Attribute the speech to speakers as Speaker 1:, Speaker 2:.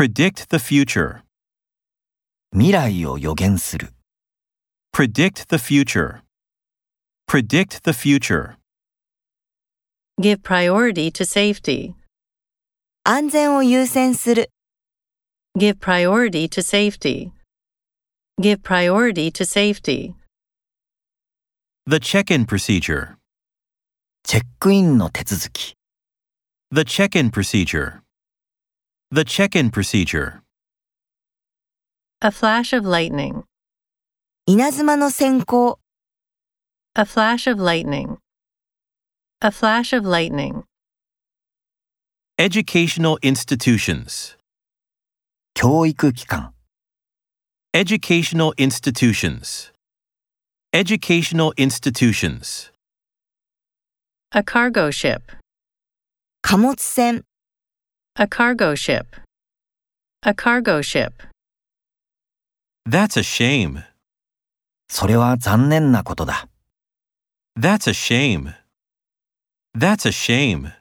Speaker 1: Predict the future.
Speaker 2: 未来を予言する
Speaker 1: Predict the future. Predict the future.
Speaker 3: Give priority to safety.
Speaker 4: 安全を優先する
Speaker 3: Give priority to safety. Give priority to safety.
Speaker 1: The check in procedure.
Speaker 2: チェックインの手続き
Speaker 1: The check in procedure. The check in procedure.
Speaker 3: A flash of lightning.
Speaker 4: 稲妻の先行
Speaker 3: A flash of lightning. A flash of lightning.
Speaker 1: Educational institutions.
Speaker 2: 教育機関
Speaker 1: Educational institutions. Educational institutions.
Speaker 3: A cargo ship.
Speaker 4: 貨物船
Speaker 3: A cargo ship. A cargo ship.
Speaker 1: That's a shame.
Speaker 2: それは残念なことだ
Speaker 1: That's a shame. That's a shame.